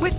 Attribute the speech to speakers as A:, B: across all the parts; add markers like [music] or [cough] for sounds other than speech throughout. A: With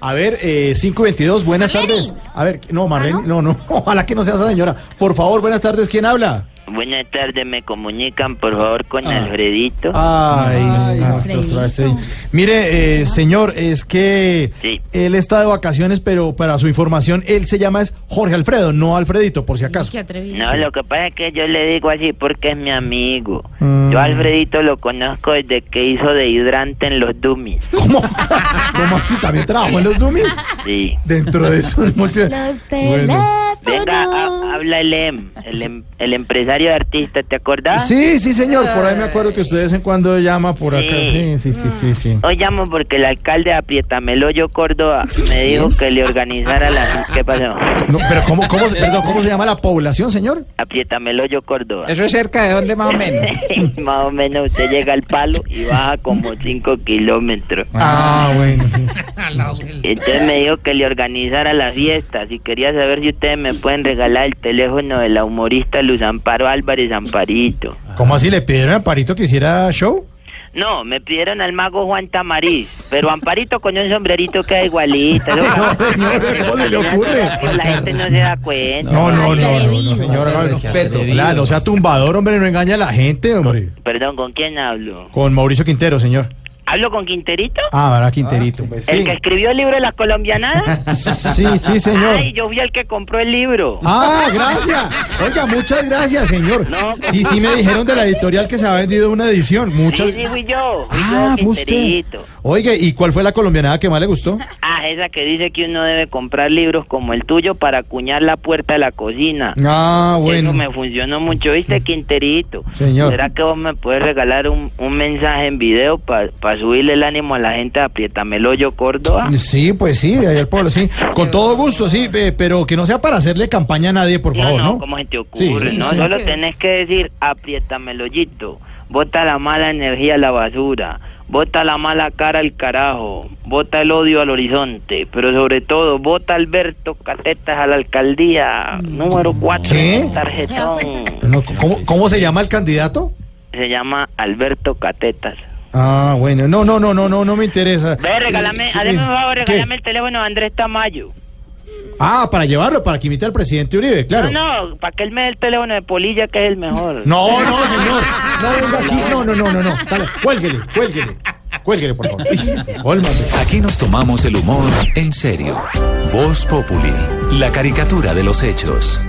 B: A ver, eh, 522, buenas
C: Marlene.
B: tardes. A ver, no, Marlene,
C: ¿Ah,
B: no, no, [laughs] ojalá que no sea esa señora. Por favor, buenas tardes, ¿quién habla?
D: Buenas tardes, me comunican por favor con
E: Ah.
D: Alfredito.
B: Ay, no,
C: Alfredito.
B: estos trastes. Mire, eh, señor, es que
D: Sí.
B: él está de vacaciones, pero para su información, él se llama es Jorge Alfredo, no Alfredito, por si acaso.
C: Qué atrevido.
D: No, lo que pasa es que yo le digo así porque es mi amigo.
B: Mm.
D: Yo a Alfredito lo conozco desde que hizo de hidrante en los Dummies.
B: ¿Cómo? [laughs] ¿Cómo así? ¿También trabajó en los Dummies?
E: [laughs]
D: Sí.
E: Oh,
B: Dentro de eso, en multi-
C: Los
B: Bueno.
C: teléfonos.
D: Venga, ha- habla el em, el, em- el empresario de artista, ¿te acordás?
B: Sí, sí, señor, por ahí me acuerdo que usted de vez en cuando llama por acá. Sí,
D: Sí.
B: sí,
D: Ah.
B: sí, sí, sí.
D: Hoy llamo porque el alcalde de Aprietamelo, Córdoba, me dijo que le organizara la... ¿Qué pasó?
B: No, pero ¿cómo, cómo, se- perdón, ¿cómo se llama la población, señor?
D: Aprietamelo, Córdoba.
E: ¿Eso es cerca de dónde más o
D: [laughs]
E: menos?
D: Más o menos usted llega al palo y baja como 5 kilómetros.
B: Ah, bueno, sí.
D: Entonces me dijo que le organizara la fiesta. Si quería saber si ustedes me pueden regalar el teléfono de la humorista Luz Amparo Álvarez Amparito.
B: ¿Cómo así le pidieron a Parito que hiciera show?
D: No, me pidieron al mago Juan Tamariz, pero Amparito con un sombrerito
B: [laughs]
D: queda igualito.
B: No, señor, ¿cómo se le ocurre?
D: La gente no se da cuenta.
B: No, no, no, no, no
C: Atrevido.
B: señor, no,
E: Respeto.
B: Claro, no sea tumbador, hombre, no engaña a la gente, hombre.
D: Perdón, ¿con quién hablo?
B: Con Mauricio Quintero, señor.
D: ¿Hablo con Quinterito?
B: Ah, ahora Quinterito.
D: ¿El
B: sí.
D: que escribió el libro de las colombianadas?
B: sí, sí, señor.
D: Ay, yo fui el que compró el libro.
B: Ah, gracias. Oiga, muchas gracias, señor.
D: No.
B: Sí, sí, me dijeron de la editorial que se ha vendido una edición. Muchas
D: Sí, sí, fui yo. Fui
B: Ah,
D: yo,
B: fue usted.
D: Quinterito.
B: Oiga, ¿y cuál fue la colombianada que más le gustó?
D: Ah, esa que dice que uno debe comprar libros como el tuyo para acuñar la puerta de la cocina.
B: Ah, bueno.
D: Eso me funcionó mucho, ¿viste, Quinterito?
B: Señor.
D: ¿Será que vos me puedes regalar un, un mensaje en video para subirle el ánimo a la gente de Aprietamelo Córdoba?
B: Sí, pues sí, de ayer pueblo,
D: [laughs]
B: sí. Con todo gusto, sí, pe- pero que no sea para hacerle campaña a nadie, por
D: No,
B: favor,
D: no,
B: ¿no?
D: ¿cómo se te
B: Sí,
D: ocurre?
B: sí,
D: no,
B: sí.
D: solo tenés que decir Aprietamelo Bota la mala energía a la basura. Bota la mala cara al carajo. Bota el odio al horizonte. Pero sobre todo, bota Alberto Catetas a la alcaldía. Número 4.
B: ¿Qué? ¿Eh?
D: Tarjetón.
B: No, ¿cómo, cómo se llama el candidato?
D: Se llama Alberto Catetas.
B: Ah, bueno, no, no, no, no, no, no me interesa. Eh,
D: Ve, regálame,
B: ¿Qué?
D: hazme un favor, regálame
B: ¿Qué?
D: el teléfono de Andrés Tamayo.
B: Ah, para llevarlo, para que imite al presidente Uribe, claro.
D: No, no, para que él me dé el teléfono de Polilla, que es el mejor.
B: No, no, señor. No venga aquí. No, no, no, no, no. Dale, cuélguele, cuélguele. Cuélguele, por
D: [laughs]
B: favor. Olmate.
F: Aquí nos tomamos el humor en serio. Voz Populi, la caricatura de los hechos.